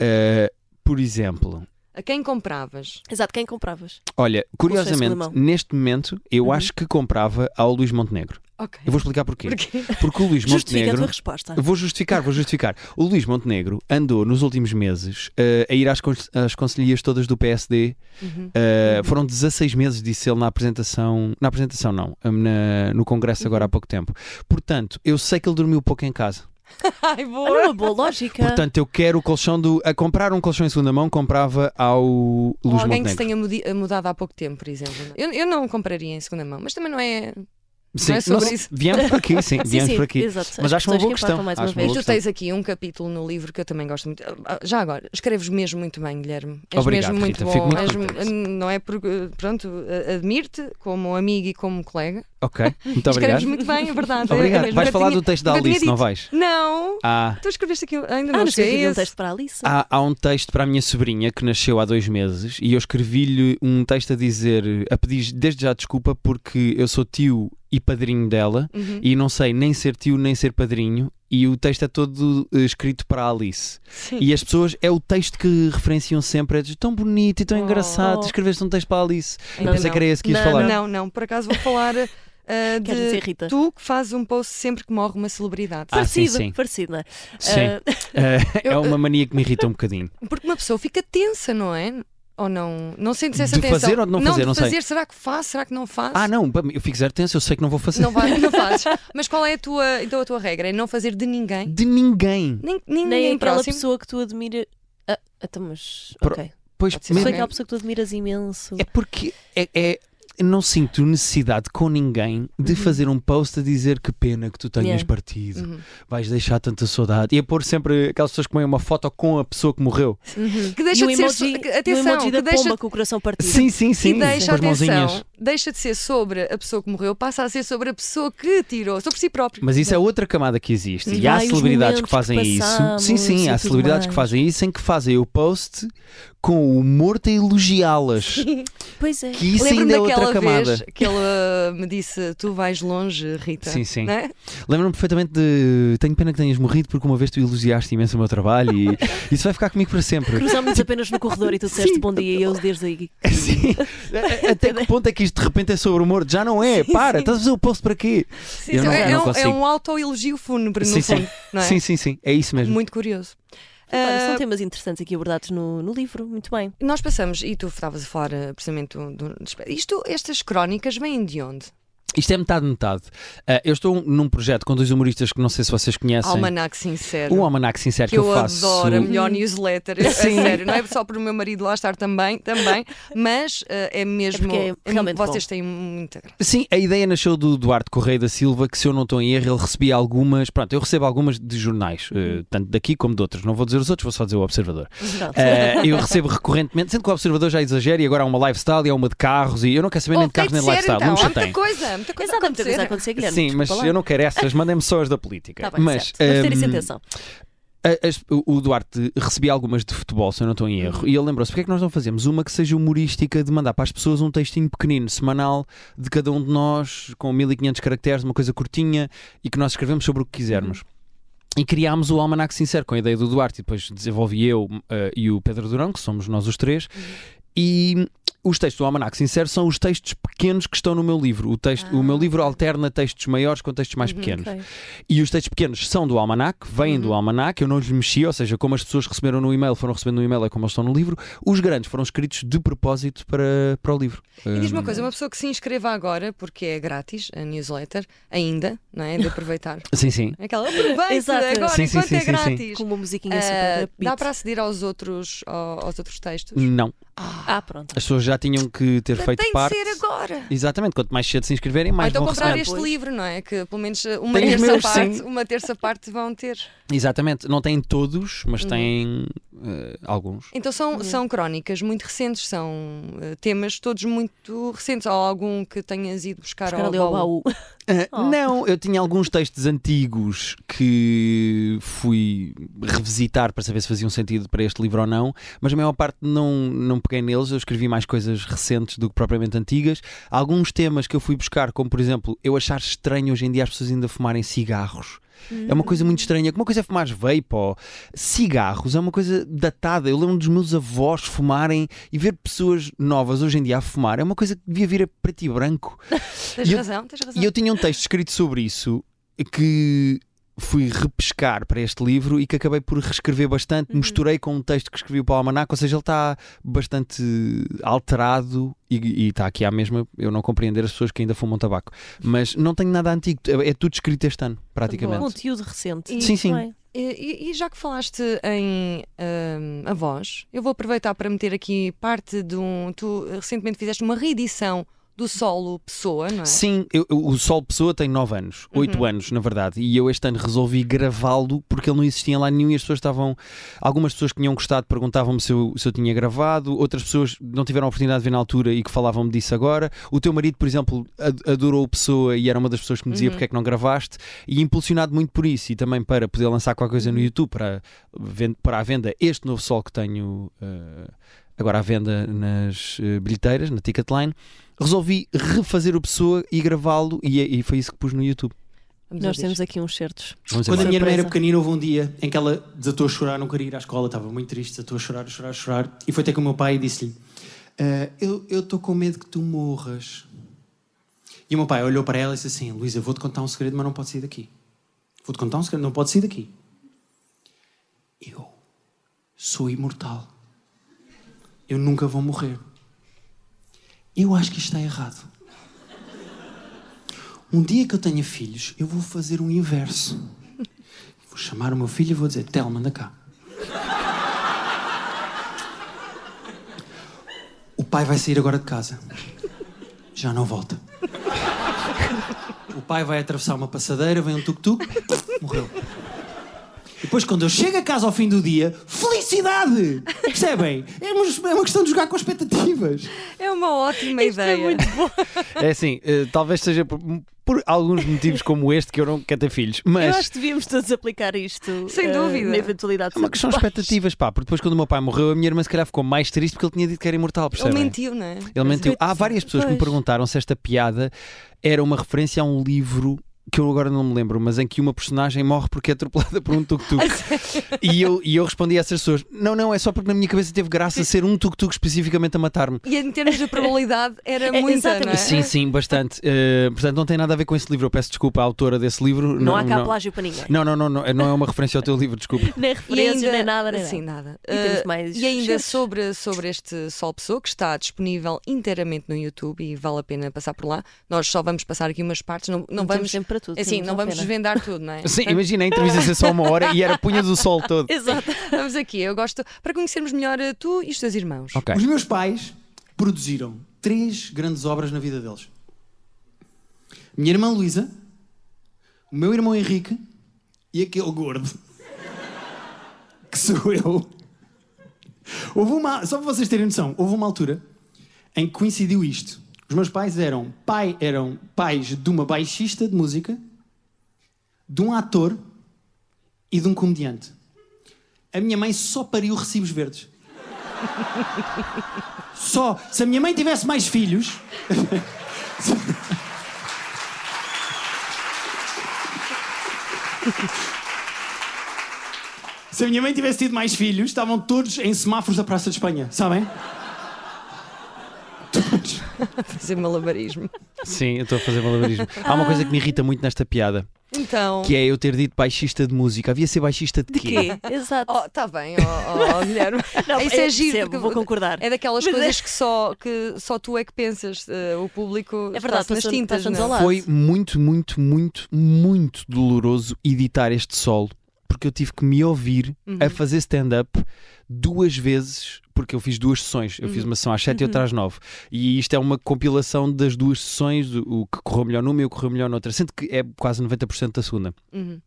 [SPEAKER 2] Uh, por exemplo,
[SPEAKER 3] A quem compravas?
[SPEAKER 1] Exato, quem compravas?
[SPEAKER 2] olha,
[SPEAKER 1] Colchão em segunda
[SPEAKER 2] curiosamente,
[SPEAKER 1] mão.
[SPEAKER 2] neste momento eu
[SPEAKER 1] Uhum.
[SPEAKER 2] acho que comprava ao Luís Montenegro.
[SPEAKER 3] Ok.
[SPEAKER 2] Eu vou explicar porquê.
[SPEAKER 3] Porque
[SPEAKER 2] Porque o Luís
[SPEAKER 1] Justifica a
[SPEAKER 2] Montenegro
[SPEAKER 1] tua resposta.
[SPEAKER 2] Vou justificar, vou justificar. O Luís Montenegro andou nos últimos meses eh, a ir às, con às conselhias todas do PSD.
[SPEAKER 3] Uhum.
[SPEAKER 2] Eh, Foram 16 meses, disse ele, na apresentação. Na apresentação, não. hum, na- no Congresso, agora há
[SPEAKER 3] Uhum.
[SPEAKER 2] pouco tempo. Portanto, eu sei que ele dormiu pouco em casa.
[SPEAKER 3] Ai,
[SPEAKER 1] Olha
[SPEAKER 3] boa.
[SPEAKER 1] uma boa lógica.
[SPEAKER 2] Portanto, eu quero o colchão do. A comprar um colchão em segunda mão, comprava ao
[SPEAKER 3] Ou
[SPEAKER 2] Luís
[SPEAKER 3] alguém que
[SPEAKER 2] Montenegro.
[SPEAKER 3] se tenha mudi- mudado há pouco tempo, por exemplo. Eu, eu não compraria em segunda mão, mas também não é.
[SPEAKER 2] Sim,
[SPEAKER 3] não é sobre
[SPEAKER 2] nós-
[SPEAKER 3] isso.
[SPEAKER 2] Viemos por aqui, sim,
[SPEAKER 1] sim,
[SPEAKER 2] viemos
[SPEAKER 1] sim,
[SPEAKER 2] por aqui.
[SPEAKER 1] Exato.
[SPEAKER 2] Mas
[SPEAKER 1] As
[SPEAKER 2] acho uma
[SPEAKER 1] questões
[SPEAKER 2] boa
[SPEAKER 1] que
[SPEAKER 2] questão,
[SPEAKER 1] importam mais
[SPEAKER 2] acho
[SPEAKER 1] uma
[SPEAKER 2] uma
[SPEAKER 1] vez.
[SPEAKER 2] boa
[SPEAKER 3] Tu tens aqui um capítulo no livro que eu também gosto muito. Ah, Já agora, escreves mesmo muito bem, Guilherme. És
[SPEAKER 2] Obrigado,
[SPEAKER 3] mesmo muito
[SPEAKER 2] Rita.
[SPEAKER 3] bom.
[SPEAKER 2] Fico muito
[SPEAKER 3] És-
[SPEAKER 2] contente.
[SPEAKER 3] não é porque, pronto, admiro-te como amigo e como colega.
[SPEAKER 2] Ok, muito
[SPEAKER 3] escreves
[SPEAKER 2] obrigado.
[SPEAKER 3] muito bem, é verdade. É
[SPEAKER 2] Obrigado.
[SPEAKER 3] mesmo.
[SPEAKER 2] Vais
[SPEAKER 3] Eu
[SPEAKER 2] falar
[SPEAKER 3] tinha-
[SPEAKER 2] do texto da
[SPEAKER 3] eu tinha
[SPEAKER 2] Alice, não
[SPEAKER 3] dito.
[SPEAKER 2] vais?
[SPEAKER 3] Não!
[SPEAKER 2] Ah.
[SPEAKER 3] Tu escreveste aquilo, ainda
[SPEAKER 1] Ah,
[SPEAKER 3] não
[SPEAKER 1] não
[SPEAKER 3] sei
[SPEAKER 1] escrevi um
[SPEAKER 3] esse.
[SPEAKER 1] texto para a Alice?
[SPEAKER 2] Há, há um texto para a minha sobrinha que nasceu há dois meses e eu escrevi-lhe um texto a dizer, a pedir desde já desculpa porque eu sou tio e padrinho dela
[SPEAKER 3] Uhum.
[SPEAKER 2] e não sei nem ser tio nem ser padrinho e o texto é todo eh, escrito para a Alice.
[SPEAKER 3] Sim.
[SPEAKER 2] E as pessoas, é o texto que referenciam sempre, é de, tão bonito e tão
[SPEAKER 3] Oh.
[SPEAKER 2] engraçado, escreveste um texto para a Alice. Eu
[SPEAKER 3] Ainda
[SPEAKER 2] pensei que era esse que ias
[SPEAKER 1] Não,
[SPEAKER 2] falar.
[SPEAKER 3] Não, não, por acaso vou falar ah,
[SPEAKER 1] Queres
[SPEAKER 3] de
[SPEAKER 1] dizer, Rita?
[SPEAKER 3] tu que fazes um post sempre que morre uma celebridade.
[SPEAKER 2] Ah, sim,
[SPEAKER 1] Parecido,
[SPEAKER 2] sim.
[SPEAKER 1] parecido, não é?
[SPEAKER 2] Sim,
[SPEAKER 1] Ah,
[SPEAKER 2] eh, é
[SPEAKER 3] eu-
[SPEAKER 2] uma mania que me irrita um bocadinho.
[SPEAKER 3] Porque uma pessoa fica tensa, não é? Ou não? Não sentes essa
[SPEAKER 2] De
[SPEAKER 3] tensão?
[SPEAKER 2] fazer ou de não fazer?
[SPEAKER 3] de
[SPEAKER 2] Não sei.
[SPEAKER 3] fazer, será que faz? Será que não faz?
[SPEAKER 2] Ah, não, pá, eu fico zero tenso, eu sei que não vou fazer.
[SPEAKER 3] Não, vai, não fazes. Mas qual é a tua, então a tua regra? É não fazer de ninguém?
[SPEAKER 2] De ninguém.
[SPEAKER 3] Nem, nem,
[SPEAKER 1] nem
[SPEAKER 3] ninguém
[SPEAKER 1] aquela
[SPEAKER 3] próximo?
[SPEAKER 1] pessoa que tu admira. Ah, então, mas.
[SPEAKER 2] Pro-
[SPEAKER 1] Ok.
[SPEAKER 2] Pois,
[SPEAKER 3] Pode ser
[SPEAKER 1] Mas
[SPEAKER 2] mas
[SPEAKER 1] foi
[SPEAKER 3] Ok.
[SPEAKER 1] aquela pessoa que tu admiras imenso.
[SPEAKER 2] É porque é, é- eu não sinto necessidade com ninguém de fazer um post a dizer que pena que tu tenhas
[SPEAKER 1] Yeah.
[SPEAKER 2] partido,
[SPEAKER 3] Uhum.
[SPEAKER 2] vais deixar tanta saudade. E a pôr sempre aquelas pessoas que põem uma foto com a pessoa que morreu.
[SPEAKER 3] Que deixa
[SPEAKER 1] e o
[SPEAKER 3] de ser.
[SPEAKER 1] emoji,
[SPEAKER 3] so- que-
[SPEAKER 1] e o
[SPEAKER 3] atenção,
[SPEAKER 1] emoji da
[SPEAKER 3] que deixa
[SPEAKER 1] pomba com o coração partido.
[SPEAKER 2] Sim, sim, sim.
[SPEAKER 3] E deixa,
[SPEAKER 2] com as mãozinhas.
[SPEAKER 3] atenção, deixa de ser sobre a pessoa que morreu, passa a ser sobre a pessoa que tirou, sobre si próprio.
[SPEAKER 2] Mas isso é outra camada que existe. E
[SPEAKER 1] Ai,
[SPEAKER 2] há
[SPEAKER 1] os
[SPEAKER 2] celebridades que
[SPEAKER 1] momentos que
[SPEAKER 2] fazem isso.
[SPEAKER 1] passamos
[SPEAKER 2] Sim, sim,
[SPEAKER 1] e
[SPEAKER 2] há
[SPEAKER 1] tudo
[SPEAKER 2] celebridades
[SPEAKER 1] mais.
[SPEAKER 2] que fazem isso em que fazem o post com o morto a elogiá-las.
[SPEAKER 1] Pois é.
[SPEAKER 2] Que isso
[SPEAKER 3] Lembro-me
[SPEAKER 2] ainda é outra
[SPEAKER 3] daquela
[SPEAKER 2] camada.
[SPEAKER 3] vez que ela me disse: Tu vais longe, Rita.
[SPEAKER 2] Sim, sim.
[SPEAKER 3] Não é?
[SPEAKER 2] Lembro-me perfeitamente de. Tenho pena que tenhas morrido porque uma vez tu elogiaste imenso o meu trabalho e isso vai ficar comigo para sempre.
[SPEAKER 1] Cruzámos-nos
[SPEAKER 3] Tipo,
[SPEAKER 1] apenas no corredor e tu disseste bom dia e eu desde aí.
[SPEAKER 2] Sim. A- a- Até que ponto assim, é que isto de repente é sobre humor? Já não é, para, estás a fazer o post para quê?
[SPEAKER 3] Sim,
[SPEAKER 2] Eu
[SPEAKER 3] sim,
[SPEAKER 2] não-
[SPEAKER 3] é,
[SPEAKER 2] eu não
[SPEAKER 3] um- é
[SPEAKER 2] consigo.
[SPEAKER 3] um autoelogio fúnebre, no
[SPEAKER 2] Sim, sim.
[SPEAKER 3] fundo. Não é?
[SPEAKER 2] Sim, sim, sim, é isso mesmo.
[SPEAKER 3] Muito curioso.
[SPEAKER 1] Olha, são
[SPEAKER 3] Ah,
[SPEAKER 1] temas interessantes aqui abordados no, no livro, muito bem.
[SPEAKER 3] nós passamos, e tu estavas a falar eh, precisamente do, do- isto, estas crónicas vêm de onde?
[SPEAKER 2] Isto é metade, metade. Ah, eu estou num projeto com dois humoristas que não sei se vocês conhecem.
[SPEAKER 3] Almanac sincero.
[SPEAKER 2] Ah, O Almanac Sincero
[SPEAKER 3] que
[SPEAKER 2] É que,
[SPEAKER 3] eu,
[SPEAKER 2] faço.
[SPEAKER 3] adoro, a melhor newsletter, é
[SPEAKER 2] Sim.
[SPEAKER 3] sério, não é só para o meu marido lá estar também, também, mas eh, é mesmo,
[SPEAKER 1] É porque é realmente
[SPEAKER 3] vocês têm muita graça.
[SPEAKER 2] Sim, a ideia nasceu do Duarte Correia da Silva, que se eu não estou em erro, ele recebia algumas. Pronto, eu recebo algumas de jornais,
[SPEAKER 3] Uhum.
[SPEAKER 2] eh, tanto daqui como de outros. Não vou dizer os outros, vou só dizer o Observador.
[SPEAKER 1] Pronto.
[SPEAKER 2] Eh, eu recebo recorrentemente, sendo que o Observador já exagera e agora há uma lifestyle e há uma de carros e eu não quero
[SPEAKER 1] Oh,
[SPEAKER 2] saber nem de
[SPEAKER 3] tem
[SPEAKER 2] carros
[SPEAKER 3] de
[SPEAKER 2] nem de
[SPEAKER 3] ser,
[SPEAKER 2] lifestyle,
[SPEAKER 3] então,
[SPEAKER 2] não me
[SPEAKER 3] há muita
[SPEAKER 2] chateiem.
[SPEAKER 3] coisa, muita coisa a
[SPEAKER 1] Exato, há muita coisa a
[SPEAKER 3] acontecer.
[SPEAKER 1] acontecer, Guilherme.
[SPEAKER 2] Sim, mas eu não quero essas, mandem-me só as da política.
[SPEAKER 1] Está bem,
[SPEAKER 2] mas
[SPEAKER 1] certo. Vamos ter isso
[SPEAKER 2] hum,
[SPEAKER 1] em atenção.
[SPEAKER 2] a- as- o- o Duarte recebia algumas de futebol, se eu não estou em erro, e ele lembrou-se: porque é que nós não fazemos uma que seja humorística de mandar para as pessoas um textinho pequenino, semanal, de cada um de nós, com 1500 caracteres, uma coisa curtinha e que nós escrevemos sobre o que quisermos. E criámos o Almanac Sincero com a ideia do Duarte, e depois desenvolvi eu eh, e o Pedro Durão, que somos nós os três, e os textos do Almanac Sincero são os textos pequenos que estão no meu livro. O, texto, o meu livro alterna textos maiores com textos mais pequenos.
[SPEAKER 1] Ok.
[SPEAKER 2] E os textos pequenos são do Almanac, vêm
[SPEAKER 3] Uhum.
[SPEAKER 2] do Almanac, eu não lhes mexi, ou seja, como as pessoas receberam no e-mail, foram recebendo no e-mail, é como eles estão no livro. Os grandes foram escritos de propósito para, para o livro.
[SPEAKER 3] E diz
[SPEAKER 2] Hum,
[SPEAKER 3] uma coisa, uma pessoa que se inscreva agora, porque é grátis a newsletter, ainda, não é? De aproveitar.
[SPEAKER 2] Sim, sim.
[SPEAKER 3] Aquela, aproveita
[SPEAKER 1] Exato.
[SPEAKER 3] agora,
[SPEAKER 2] Sim, sim,
[SPEAKER 3] enquanto
[SPEAKER 2] sim,
[SPEAKER 3] é
[SPEAKER 2] sim, sim.
[SPEAKER 3] grátis.
[SPEAKER 1] Com uma musiquinha
[SPEAKER 3] Ah,
[SPEAKER 1] super rapidinho.
[SPEAKER 3] dá para aceder aos outros, ao- aos outros textos?
[SPEAKER 2] Não.
[SPEAKER 1] Ah, pronto.
[SPEAKER 2] As pessoas já tinham que ter Hum. feito
[SPEAKER 3] Tem
[SPEAKER 2] parte.
[SPEAKER 3] de ser agora.
[SPEAKER 2] Exatamente, quanto mais cedo se inscreverem,
[SPEAKER 3] Ou
[SPEAKER 2] mais
[SPEAKER 3] então
[SPEAKER 2] vão
[SPEAKER 3] comprar
[SPEAKER 2] receber.
[SPEAKER 3] este
[SPEAKER 1] Pois.
[SPEAKER 3] livro, não é? Que pelo menos uma
[SPEAKER 2] Tem os
[SPEAKER 3] terça
[SPEAKER 2] meus,
[SPEAKER 3] parte,
[SPEAKER 2] sim.
[SPEAKER 3] uma terça parte vão ter.
[SPEAKER 2] Exatamente, não têm todos, mas
[SPEAKER 3] Uhum.
[SPEAKER 2] têm eh, alguns.
[SPEAKER 3] Então são, são crónicas muito recentes, são eh, temas todos muito recentes. Ou algum que tenhas ido buscar,
[SPEAKER 1] Buscar
[SPEAKER 3] ao
[SPEAKER 1] ali ao
[SPEAKER 3] baú?
[SPEAKER 1] baú.
[SPEAKER 2] Ah,
[SPEAKER 1] Oh.
[SPEAKER 2] Não, eu tinha alguns textos antigos que fui revisitar para saber se faziam sentido para este livro ou não, mas a maior parte não, não peguei neles. Eu escrevi mais coisas recentes do que propriamente antigas. Alguns temas que eu fui buscar, como por exemplo, eu achar estranho hoje em dia as pessoas ainda fumarem cigarros. É uma coisa muito estranha. Uma coisa é fumar vape ou cigarros, é uma coisa datada. Eu lembro dos meus avós fumarem e ver pessoas novas hoje em dia a fumar. É uma coisa que devia vir a preto e branco.
[SPEAKER 3] Tens
[SPEAKER 2] E eu-
[SPEAKER 3] razão, tens razão.
[SPEAKER 2] E eu tinha um texto escrito sobre isso que fui repescar para este livro e que acabei por reescrever bastante. Misturei com um texto que escrevi para o Almanac, ou seja, ele está bastante alterado e, e está aqui à mesma. Eu não compreender as pessoas que ainda fumam tabaco. Mas não tenho nada antigo, é é tudo escrito este ano, praticamente.
[SPEAKER 1] Conteúdo recente.
[SPEAKER 2] Sim, sim.
[SPEAKER 1] Bem.
[SPEAKER 3] E, e- e já que falaste em hum, avós, eu vou aproveitar para meter aqui parte de um. Tu recentemente fizeste uma reedição do solo Pessoa, não é? Uhum.
[SPEAKER 2] Sim, eu- eu- o Sol Pessoa tem 9 anos, 8 anos, na verdade, e eu este ano resolvi gravá-lo porque ele não existia lá nenhum e as pessoas estavam. Algumas pessoas que tinham gostado perguntavam-me se eu, se eu tinha gravado, outras pessoas não tiveram a oportunidade de ver na altura e que falavam-me disso agora. O teu marido, por exemplo, ad- adorou o Pessoa e era uma das pessoas que me
[SPEAKER 3] Uhum.
[SPEAKER 2] dizia porque é que não gravaste, e impulsionado muito por isso e também para poder lançar qualquer coisa
[SPEAKER 1] Uhum.
[SPEAKER 2] no YouTube para, ven- para a venda este novo Sol que tenho. eh, Agora à venda nas eh, bilheteiras, na Ticketline, resolvi refazer o Pessoa e gravá-lo e, e foi isso que pus no YouTube.
[SPEAKER 3] Vamos
[SPEAKER 1] Nós
[SPEAKER 3] ouvir.
[SPEAKER 1] temos aqui uns certos.
[SPEAKER 2] Vamos
[SPEAKER 4] Quando a minha irmã
[SPEAKER 1] Surpresa.
[SPEAKER 4] era pequenina, houve um dia em que ela desatou a chorar, não queria ir à escola, estava muito triste, desatou a chorar, a chorar, a chorar. E foi até com o meu pai e disse-lhe: "Ah, Eu eu estou com medo que tu morras. E o meu pai olhou para ela e disse assim: Luísa, vou-te contar um segredo, mas não pode sair daqui. Vou-te contar um segredo, não pode sair daqui. Eu sou imortal. Eu nunca vou morrer. Eu acho que isto está errado. Um dia que eu tenha filhos, eu vou fazer o inverso. Vou chamar o meu filho e vou dizer: Telma, anda cá. O pai vai sair agora de casa. Já não volta. O pai vai atravessar uma passadeira, vem um tuk-tuk, morreu. E Depois, quando eu chego a casa ao fim do dia, felicidade! Percebem? É uma, é uma questão de jogar com expectativas.
[SPEAKER 3] É uma ótima ideia.
[SPEAKER 2] É assim, eh, talvez seja por, por alguns motivos como este que eu não quero ter filhos,
[SPEAKER 1] Eu
[SPEAKER 2] mas
[SPEAKER 1] acho que devíamos todos aplicar isto.
[SPEAKER 3] Sem
[SPEAKER 1] eh,
[SPEAKER 3] dúvida.
[SPEAKER 1] Na eventualidade.
[SPEAKER 2] é uma
[SPEAKER 1] de
[SPEAKER 2] questão de
[SPEAKER 1] sermos pais.
[SPEAKER 2] expectativas, pá, porque depois quando o meu pai morreu, a minha irmã se calhar ficou mais triste porque ele tinha dito que era imortal,
[SPEAKER 3] Ele
[SPEAKER 2] Tá, percebem?
[SPEAKER 3] mentiu, não é?
[SPEAKER 2] Ele mentiu. Há várias pessoas que me
[SPEAKER 1] Pois.
[SPEAKER 2] perguntaram se esta piada era uma referência a um livro que eu agora não me lembro, mas em que uma personagem morre porque é atropelada por um tuk-tuk. e, eu, e eu respondi a essas pessoas: não, não, é só porque na minha cabeça teve graça ser um tuk-tuk especificamente a matar-me.
[SPEAKER 3] E em termos de probabilidade era
[SPEAKER 1] É,
[SPEAKER 3] muita,
[SPEAKER 1] exatamente.
[SPEAKER 3] não é?
[SPEAKER 2] Sim, sim, bastante. Eh, portanto, não tem nada a ver com esse livro. Eu peço desculpa à autora desse livro.
[SPEAKER 1] Não, há cá
[SPEAKER 2] não,
[SPEAKER 1] plágio para ninguém.
[SPEAKER 2] não, não, não, não, não é uma referência ao teu livro, desculpa.
[SPEAKER 1] Nem
[SPEAKER 3] E
[SPEAKER 1] referências,
[SPEAKER 3] ainda,
[SPEAKER 1] nem nada, nem
[SPEAKER 3] Sim,
[SPEAKER 1] nada.
[SPEAKER 3] nada.
[SPEAKER 1] E temos
[SPEAKER 3] Uh,
[SPEAKER 1] mais
[SPEAKER 3] e ainda
[SPEAKER 1] certos.
[SPEAKER 3] sobre, sobre este Sol Pessoa, que está disponível inteiramente no YouTube e vale a pena passar por lá. Nós só vamos passar aqui umas partes, não, não
[SPEAKER 1] Não temos
[SPEAKER 3] vamos.
[SPEAKER 1] tempo para tudo.
[SPEAKER 3] é Assim,
[SPEAKER 1] temos
[SPEAKER 3] não
[SPEAKER 1] a
[SPEAKER 3] vamos
[SPEAKER 1] pena.
[SPEAKER 3] desvendar tudo, não é?
[SPEAKER 2] Sim, imagina a entrevista ser só uma hora e era punha do sol todo.
[SPEAKER 1] Exato.
[SPEAKER 3] Vamos aqui, eu gosto para conhecermos melhor eh, tu e os teus irmãos.
[SPEAKER 2] Ok.
[SPEAKER 4] Os meus pais produziram três grandes obras na vida deles. Minha irmã Luísa, o meu irmão Henrique e aquele gordo que sou eu. Houve uma, só para vocês terem noção, houve uma altura em que coincidiu isto. Os meus pais eram, pai, eram pais de uma baixista de música, de um ator e de um comediante. A minha mãe só pariu recibos verdes. Só. Se a minha mãe tivesse mais filhos. Se a minha mãe tivesse tido mais filhos, estavam todos em semáforos da Praça de Espanha, sabem?
[SPEAKER 3] fazer malabarismo.
[SPEAKER 2] Sim, eu estou a fazer malabarismo. Há uma coisa que me irrita muito nesta piada,
[SPEAKER 3] Então.
[SPEAKER 2] que é eu ter dito baixista de música. Havia ser baixista de quê?
[SPEAKER 1] Quê? Exato.
[SPEAKER 3] Oh, tá bem, oh, oh, Guilherme.
[SPEAKER 1] Não,
[SPEAKER 3] Isso é
[SPEAKER 1] eu
[SPEAKER 3] giro,
[SPEAKER 1] percebo,
[SPEAKER 3] porque-
[SPEAKER 1] vou concordar.
[SPEAKER 3] É daquelas
[SPEAKER 1] Mas
[SPEAKER 3] coisas que só, que só tu é que pensas, eh, o público
[SPEAKER 1] É verdade,
[SPEAKER 3] está-se nas
[SPEAKER 1] passando-
[SPEAKER 3] tintas.
[SPEAKER 1] passamos
[SPEAKER 3] não?
[SPEAKER 1] ao lado.
[SPEAKER 2] Foi muito, muito, muito, muito doloroso editar este solo, porque eu tive que me ouvir a fazer stand-up duas vezes, porque eu fiz duas sessões. Eu fiz uma sessão às 7 e outra às 9. E isto é uma compilação das duas sessões, o o que correu melhor numa e o que correu melhor noutra, sendo que é quase 90% da segunda.
[SPEAKER 3] Uhum.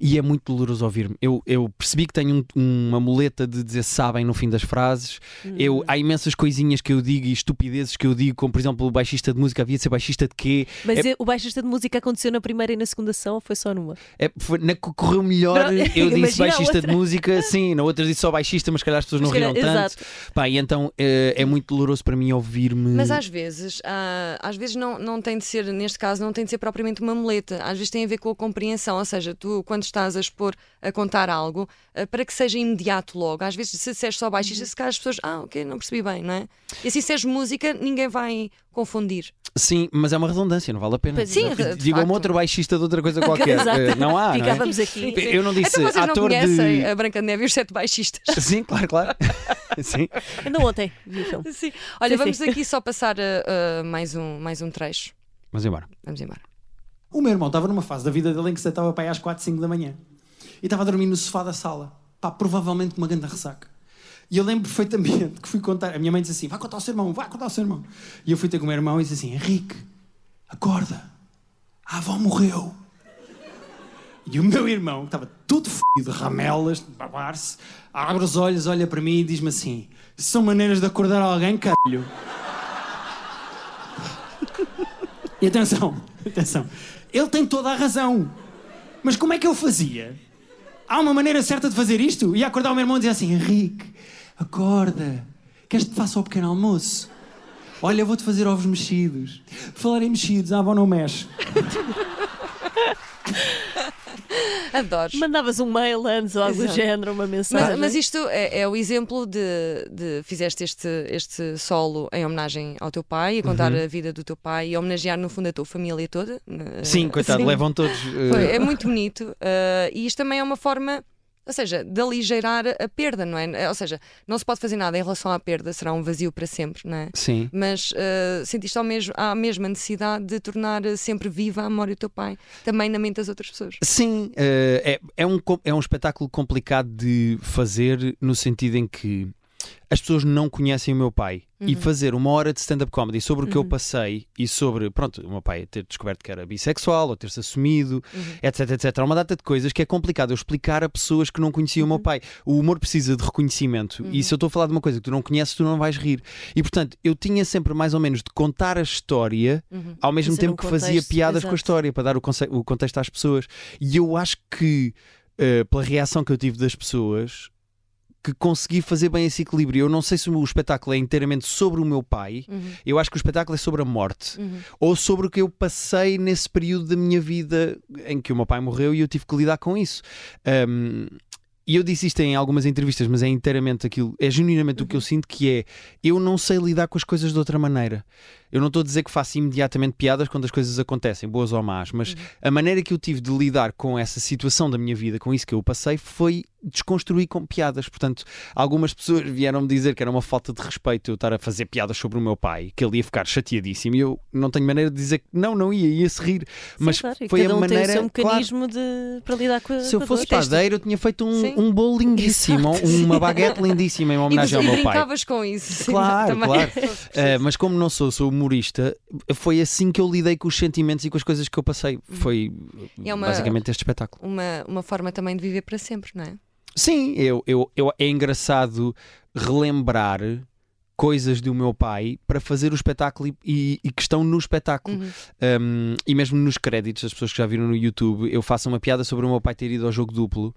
[SPEAKER 2] E é muito doloroso ouvir-me. Eu, eu percebi que tenho um- uma muleta de dizer sabem no fim das frases. Eu, há imensas coisinhas que eu digo e estupidezes que eu digo, como por exemplo o baixista de música havia de ser baixista de quê?
[SPEAKER 1] Mas eh, o baixista de música aconteceu na primeira e na segunda ação ou foi só numa?
[SPEAKER 2] É, foi na que correu
[SPEAKER 1] Não,
[SPEAKER 2] melhor, eu disse
[SPEAKER 1] imagina a
[SPEAKER 2] baixista de
[SPEAKER 1] outra.
[SPEAKER 2] música, sim, na outra disse só baixista, mas se calhar as pessoas não
[SPEAKER 1] Mas se
[SPEAKER 2] riam
[SPEAKER 1] calhar-
[SPEAKER 2] tanto. Pá, e então eh, é, muito doloroso para mim ouvir-me.
[SPEAKER 3] Mas às vezes, ah, às vezes não, não tem de ser, neste caso, não tem de ser propriamente uma muleta. Às vezes tem a ver com a compreensão, ou seja, tu quando estás a expor, a contar algo, ah, para que seja imediato logo. Às vezes, se disseres só baixista,
[SPEAKER 2] Uhum.
[SPEAKER 3] se calhar as pessoas, ah, ok, não percebi bem, não é? E assim, se és música, ninguém vai confundir.
[SPEAKER 2] Sim, mas é uma redundância, não vale a pena.
[SPEAKER 1] Pois, Sim,
[SPEAKER 3] de
[SPEAKER 2] Digo
[SPEAKER 3] facto.
[SPEAKER 2] uma outra baixista de outra coisa qualquer.
[SPEAKER 1] Exato.
[SPEAKER 2] Eh, não há. não é?
[SPEAKER 1] Ficávamos aqui.
[SPEAKER 2] Eu não disse
[SPEAKER 3] Então vocês não
[SPEAKER 2] ator
[SPEAKER 3] conhecem
[SPEAKER 2] de.
[SPEAKER 3] a Branca de Neve e os Sete Baixistas.
[SPEAKER 2] Sim, claro, claro. Sim.
[SPEAKER 1] Ainda ontem vi o filme.
[SPEAKER 3] Sim. Olha,
[SPEAKER 1] Sim,
[SPEAKER 3] vamos
[SPEAKER 1] sim.
[SPEAKER 3] aqui só passar ah, ah, mais, um, mais um trecho.
[SPEAKER 2] Mas embora.
[SPEAKER 3] Vamos embora.
[SPEAKER 4] O meu irmão estava numa fase da vida dele em que se estava para aí às 4, 5 da manhã. E estava a dormir no sofá da sala. Pá, provavelmente com uma grande ressaca. E eu lembro perfeitamente que fui contar. A minha mãe disse assim: vai contar ao seu irmão, vai contar ao seu irmão. E eu fui ter com o meu irmão e disse assim: Henrique, acorda. A avó morreu. E o meu irmão, que estava todo fodido, ramelas, babar-se, abre os olhos, olha para mim e diz-me assim: são maneiras de acordar alguém, caralho. E atenção, atenção, ele tem toda a razão. Mas como é que eu fazia? Há uma maneira certa de fazer isto? E acordar o meu irmão e dizer assim: Henrique, acorda, queres que te faça o pequeno almoço? Olha, eu vou-te fazer ovos mexidos. Falar em mexidos, a avó não mexe.
[SPEAKER 3] Adoro.
[SPEAKER 1] Mandavas um mail antes ou algo do
[SPEAKER 3] Exato.
[SPEAKER 1] género, uma mensagem.
[SPEAKER 3] Mas, mas isto é, é o exemplo de, de fizeste este, este solo em homenagem ao teu pai, a contar
[SPEAKER 2] Uhum.
[SPEAKER 3] a vida do teu pai e a homenagear, no fundo, a tua família toda.
[SPEAKER 1] Eh,
[SPEAKER 3] né?
[SPEAKER 2] Sim, coitado,
[SPEAKER 3] Sim.
[SPEAKER 2] levam todos. eh,
[SPEAKER 3] Foi- é muito bonito. eh, e isto também é uma forma. Ou seja, de aligeirar a perda, não é? Ou seja, não se pode fazer nada em relação à perda, será um vazio para sempre, não é?
[SPEAKER 2] Sim.
[SPEAKER 3] Mas eh, sentiste ao mesmo, a mesma necessidade de tornar eh, sempre viva a memória do teu pai, também na mente das outras pessoas.
[SPEAKER 2] Sim, eh, é, é, um, com- é um espetáculo complicado de fazer no sentido em que as pessoas não conhecem o meu pai e fazer uma hora de stand-up comedy sobre o que eu passei e sobre, pronto, o meu pai ter descoberto que era bissexual ou ter-se assumido, Uhum. etc, etc. Há uma data de coisas que é complicado eu explicar a pessoas que não conheciam
[SPEAKER 1] Uhum.
[SPEAKER 2] o meu pai. O humor precisa de reconhecimento e se eu estou a falar de uma coisa que tu não conheces, tu não vais rir. E portanto, eu tinha sempre mais ou menos de contar a história ao mesmo
[SPEAKER 1] Fazer um
[SPEAKER 2] tempo que fazia
[SPEAKER 1] contexto,
[SPEAKER 2] piadas com
[SPEAKER 1] exato.
[SPEAKER 2] a história para dar o, conce- o contexto às pessoas. E eu acho que, eh, pela reação que eu tive das pessoas, que consegui fazer bem esse equilíbrio. Eu não sei se o meu espetáculo é inteiramente sobre o meu pai,
[SPEAKER 1] Uhum.
[SPEAKER 2] eu acho que o espetáculo é sobre a morte ou sobre o que eu passei nesse período da minha vida em que o meu pai morreu e eu tive que lidar com isso. Ahm, e eu disse isto em algumas entrevistas, mas é inteiramente aquilo, é genuinamente o que eu sinto que é eu não sei lidar com as coisas de outra maneira. Eu não estou a dizer que faço imediatamente piadas quando as coisas acontecem, boas ou más,
[SPEAKER 1] Uhum.
[SPEAKER 2] mas a maneira que eu tive de lidar com essa situação da minha vida, com isso que eu passei, foi desconstruir com piadas. Portanto, algumas pessoas vieram-me dizer que era uma falta de respeito eu estar a fazer piadas sobre o meu pai, que ele ia ficar chateadíssimo e eu não tenho maneira de dizer que não, não ia, ia se rir. mas
[SPEAKER 1] claro, e
[SPEAKER 2] foi
[SPEAKER 1] cada
[SPEAKER 2] a
[SPEAKER 1] um
[SPEAKER 2] maneira.
[SPEAKER 1] tem o seu
[SPEAKER 2] claro,
[SPEAKER 1] mecanismo de, para lidar com a
[SPEAKER 2] se eu
[SPEAKER 1] com a
[SPEAKER 2] fosse
[SPEAKER 1] dor.
[SPEAKER 2] padeiro, eu tinha feito
[SPEAKER 3] Sim.
[SPEAKER 2] um, um bolo lindíssimo, uma baguete lindíssima em homenagem
[SPEAKER 3] e,
[SPEAKER 2] ao
[SPEAKER 3] e
[SPEAKER 2] meu pai.
[SPEAKER 3] brincavas com isso. sim,
[SPEAKER 2] Claro,
[SPEAKER 3] também.
[SPEAKER 2] claro. Uh, mas como não sou, sou humorista, foi assim que eu lidei com os sentimentos e com as coisas que eu passei. Foi
[SPEAKER 3] É uma-
[SPEAKER 2] basicamente este espetáculo.
[SPEAKER 3] uma, uma forma também de viver para sempre, não é?
[SPEAKER 2] Sim, eu, eu, eu- é engraçado relembrar coisas do meu pai para fazer o espetáculo e- e, e que estão no espetáculo. Um, e mesmo nos créditos, as pessoas que já viram no YouTube, eu faço uma piada sobre o meu pai ter ido ao jogo duplo.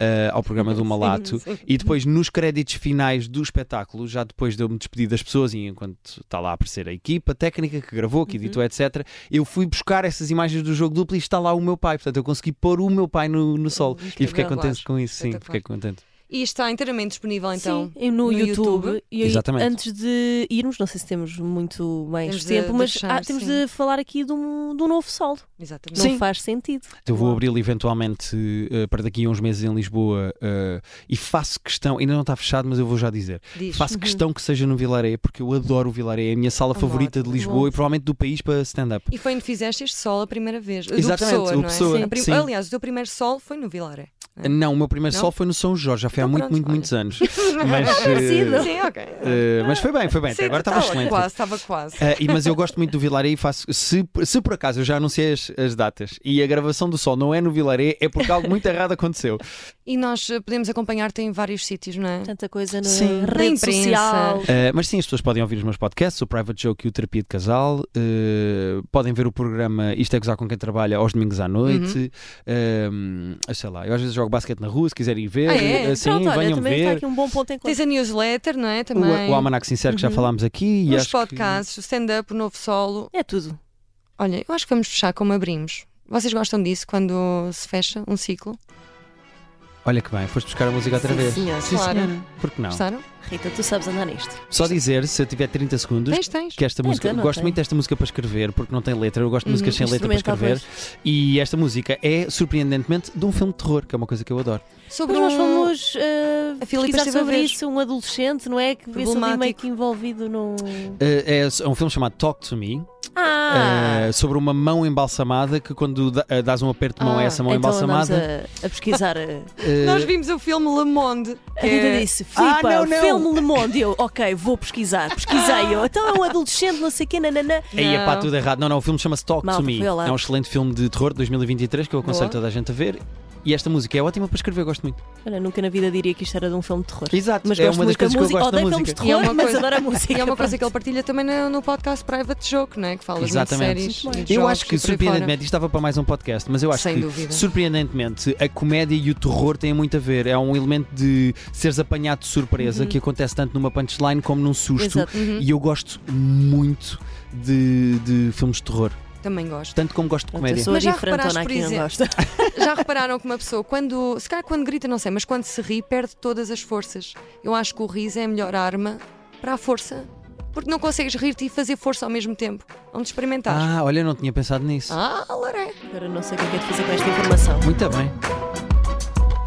[SPEAKER 2] uh, ao programa do Malato e depois nos créditos finais do espetáculo, já depois de eu me despedir das pessoas e enquanto está lá a aparecer a equipa técnica que gravou, que
[SPEAKER 3] Uhum.
[SPEAKER 2] editou, etc eu fui buscar essas imagens do jogo duplo e está lá o meu pai, portanto eu consegui pôr o meu pai no, no solo e fiquei
[SPEAKER 3] Espetacular.
[SPEAKER 2] contente com isso, sim,
[SPEAKER 3] Espetacular.
[SPEAKER 2] fiquei contente
[SPEAKER 3] E E está inteiramente disponível então
[SPEAKER 1] Sim, no, YouTube. E aí,
[SPEAKER 2] Exatamente.
[SPEAKER 1] antes de irmos, não sei se temos muito mais
[SPEAKER 3] Temos de
[SPEAKER 1] tempo, mas
[SPEAKER 3] deixar,
[SPEAKER 1] ah, temos
[SPEAKER 3] sim.
[SPEAKER 1] de falar aqui de um, de um novo solo.
[SPEAKER 3] Exatamente.
[SPEAKER 1] Não faz sentido.
[SPEAKER 2] Eu Então, vou abri-lo eventualmente eh, para daqui a uns meses em Lisboa eh, e faço questão, ainda não está fechado, mas eu vou já dizer.
[SPEAKER 3] Diz.
[SPEAKER 2] Faço questão que seja no Vilaré, porque eu adoro o Vilaré, é a minha sala
[SPEAKER 3] Uhum. Adoro.
[SPEAKER 2] favorita de Lisboa
[SPEAKER 1] Bom.
[SPEAKER 2] e provavelmente do país para stand-up.
[SPEAKER 3] E foi onde fizeste este sol a primeira vez. Do
[SPEAKER 2] Exatamente,
[SPEAKER 3] Pessoa,
[SPEAKER 2] o
[SPEAKER 3] não é?
[SPEAKER 2] Pessoa,
[SPEAKER 3] A prim-
[SPEAKER 2] sim.
[SPEAKER 3] Aliás, o teu primeiro sol foi no Vilaré.
[SPEAKER 2] Não, o meu primeiro
[SPEAKER 3] Uhum. Não?
[SPEAKER 2] sol foi no São Jorge, já foi há
[SPEAKER 3] Então
[SPEAKER 2] muito,
[SPEAKER 3] pronto,
[SPEAKER 2] muito,
[SPEAKER 3] olha.
[SPEAKER 2] muitos anos. Mas, eh,
[SPEAKER 1] Parecido.
[SPEAKER 3] É Sim, ok.
[SPEAKER 2] eh, mas foi bem, foi bem,
[SPEAKER 3] Sim,
[SPEAKER 2] até agora estava
[SPEAKER 3] estava
[SPEAKER 2] excelente.
[SPEAKER 3] quase, estava quase.
[SPEAKER 2] Eh, e- mas eu gosto muito do Vilaré e faço. Se, se por acaso eu já anunciei as, as datas e a gravação do sol não é no Vilaré, é porque algo muito errado aconteceu.
[SPEAKER 3] E nós eh, podemos acompanhar-te em vários sítios, não é?
[SPEAKER 1] Tanta coisa na
[SPEAKER 2] Sim.
[SPEAKER 1] rede
[SPEAKER 3] Na imprensa.
[SPEAKER 1] social.
[SPEAKER 2] Uh, mas sim, as pessoas podem ouvir os meus podcasts, o Private Joke e o Terapia de Casal. uh, podem ver o programa Isto é Gozar com quem trabalha aos domingos à noite. Um, eu sei lá, eu às vezes jogo basquete na rua, se quiserem ir ver,
[SPEAKER 3] Uhum. Ah, é?
[SPEAKER 2] assim,
[SPEAKER 1] Pronto, olha,
[SPEAKER 2] venham
[SPEAKER 1] também está
[SPEAKER 2] ver.
[SPEAKER 1] aqui um bom ponto em conta.
[SPEAKER 3] Tens a newsletter, não é? Também. Uhum.
[SPEAKER 2] O, o Almanac Sincero, que já falámos aqui. e
[SPEAKER 3] Os
[SPEAKER 2] acho que-
[SPEAKER 3] podcasts, o stand-up, o novo solo.
[SPEAKER 1] É tudo.
[SPEAKER 3] Olha, eu acho que vamos fechar como abrimos. Vocês gostam disso quando se fecha um ciclo?
[SPEAKER 2] Olha que bem, foste buscar a música outra
[SPEAKER 1] Sim,
[SPEAKER 2] vez.
[SPEAKER 1] senhor.
[SPEAKER 3] Claro.
[SPEAKER 2] Porque não?
[SPEAKER 3] Gostaram?
[SPEAKER 1] Rita, tu sabes andar nisto.
[SPEAKER 2] Só dizer, se eu tiver 30 segundos.
[SPEAKER 3] Tens, tens.
[SPEAKER 2] Que esta
[SPEAKER 1] Então,
[SPEAKER 2] música,
[SPEAKER 1] não
[SPEAKER 2] gosto
[SPEAKER 1] tem. Uhum.
[SPEAKER 2] muito desta música para escrever, porque não tem letra. Eu gosto de músicas sem letra para
[SPEAKER 1] Instrumental,
[SPEAKER 2] escrever. E esta música é, surpreendentemente, de um filme de terror, que é uma coisa que eu adoro.
[SPEAKER 3] Sobre
[SPEAKER 1] Mas nós
[SPEAKER 3] um-
[SPEAKER 1] fomos
[SPEAKER 3] A
[SPEAKER 1] uh,
[SPEAKER 3] Filipa
[SPEAKER 1] pesquisar
[SPEAKER 3] esteve a
[SPEAKER 1] sobre
[SPEAKER 3] ver.
[SPEAKER 1] isso, um adolescente, não é? Que vê-se ali meio
[SPEAKER 3] Problemático.
[SPEAKER 1] que envolvido num.
[SPEAKER 2] Eh, é um filme chamado Talk to Me,
[SPEAKER 1] Ah!
[SPEAKER 2] eh, sobre uma mão embalsamada que quando da- eh, dás um aperto de mão a essa mão
[SPEAKER 1] então andamos
[SPEAKER 2] embalsamada.
[SPEAKER 1] a, a pesquisar. uh,
[SPEAKER 2] eh,
[SPEAKER 3] Nós vimos o filme Le Monde.
[SPEAKER 1] A
[SPEAKER 3] é-
[SPEAKER 1] Rita disse:
[SPEAKER 2] Ah,
[SPEAKER 1] Filipa,
[SPEAKER 2] não, não.
[SPEAKER 1] filme Le Monde. Eu, ok, vou pesquisar. Pesquisei eu. Então é um adolescente, não sei o quê, nananã.
[SPEAKER 2] Aí é pá,
[SPEAKER 3] Não.
[SPEAKER 2] tudo errado. Não, não, o filme chama-se Talk
[SPEAKER 1] Malta,
[SPEAKER 2] to Me.
[SPEAKER 1] foi lá.
[SPEAKER 2] É um excelente filme de terror de 2023 que eu aconselho
[SPEAKER 3] Boa.
[SPEAKER 2] toda a gente a ver. E esta música é ótima para escrever, eu gosto muito.
[SPEAKER 1] Olha, nunca na vida diria que isto era de um filme de terror.
[SPEAKER 2] Exato,
[SPEAKER 1] Mas
[SPEAKER 2] é
[SPEAKER 1] gosto
[SPEAKER 2] uma das
[SPEAKER 1] muito da
[SPEAKER 2] coisas que eu
[SPEAKER 1] música.
[SPEAKER 2] gosto da
[SPEAKER 1] Odeio
[SPEAKER 2] música.
[SPEAKER 1] filmes de
[SPEAKER 3] E é
[SPEAKER 1] terror,
[SPEAKER 3] uma
[SPEAKER 1] mas
[SPEAKER 3] coisa-
[SPEAKER 1] adoro a
[SPEAKER 3] E
[SPEAKER 1] música.
[SPEAKER 3] é uma coisa que ele partilha também no, no podcast Private Joke, não é? Que fala de
[SPEAKER 2] Exatamente.
[SPEAKER 3] séries.
[SPEAKER 1] Muito bem.
[SPEAKER 3] e de
[SPEAKER 2] Eu
[SPEAKER 3] jogos
[SPEAKER 2] acho que,
[SPEAKER 3] e por aí
[SPEAKER 2] surpreendentemente, isto estava para mais um podcast, mas eu acho
[SPEAKER 3] Sem
[SPEAKER 2] que,
[SPEAKER 3] dúvida.
[SPEAKER 2] surpreendentemente, a comédia e o terror têm muito a ver. É um elemento de seres apanhado de surpresa que acontece tanto numa punchline como num susto.
[SPEAKER 1] Uhum. Exato. uhum.
[SPEAKER 2] E eu gosto muito de, de filmes de terror,
[SPEAKER 3] fora. Também gosto.
[SPEAKER 2] tanto como gosto de
[SPEAKER 1] Pronto, eu
[SPEAKER 2] comédia.
[SPEAKER 1] sou a
[SPEAKER 3] Mas já
[SPEAKER 1] diferentona
[SPEAKER 3] reparaste, por
[SPEAKER 1] aqui, não
[SPEAKER 3] exemplo-
[SPEAKER 1] gosta.
[SPEAKER 3] Já repararam que uma pessoa, quando, se calhar quando grita, não sei, mas quando se ri, perde todas as forças. Eu acho que o riso é a melhor arma para a força. Porque não consegues rir-te e fazer força ao mesmo tempo. Onde experimentar.
[SPEAKER 2] Ah, olha, eu não tinha pensado nisso.
[SPEAKER 3] Ah, Loré.
[SPEAKER 1] Agora não sei o que é que é de fazer com esta informação.
[SPEAKER 2] Muito bem.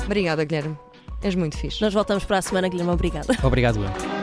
[SPEAKER 3] Obrigada, Guilherme. És muito fixe.
[SPEAKER 1] Nós voltamos para a semana, Guilherme. Obrigada.
[SPEAKER 2] Obrigado, eu.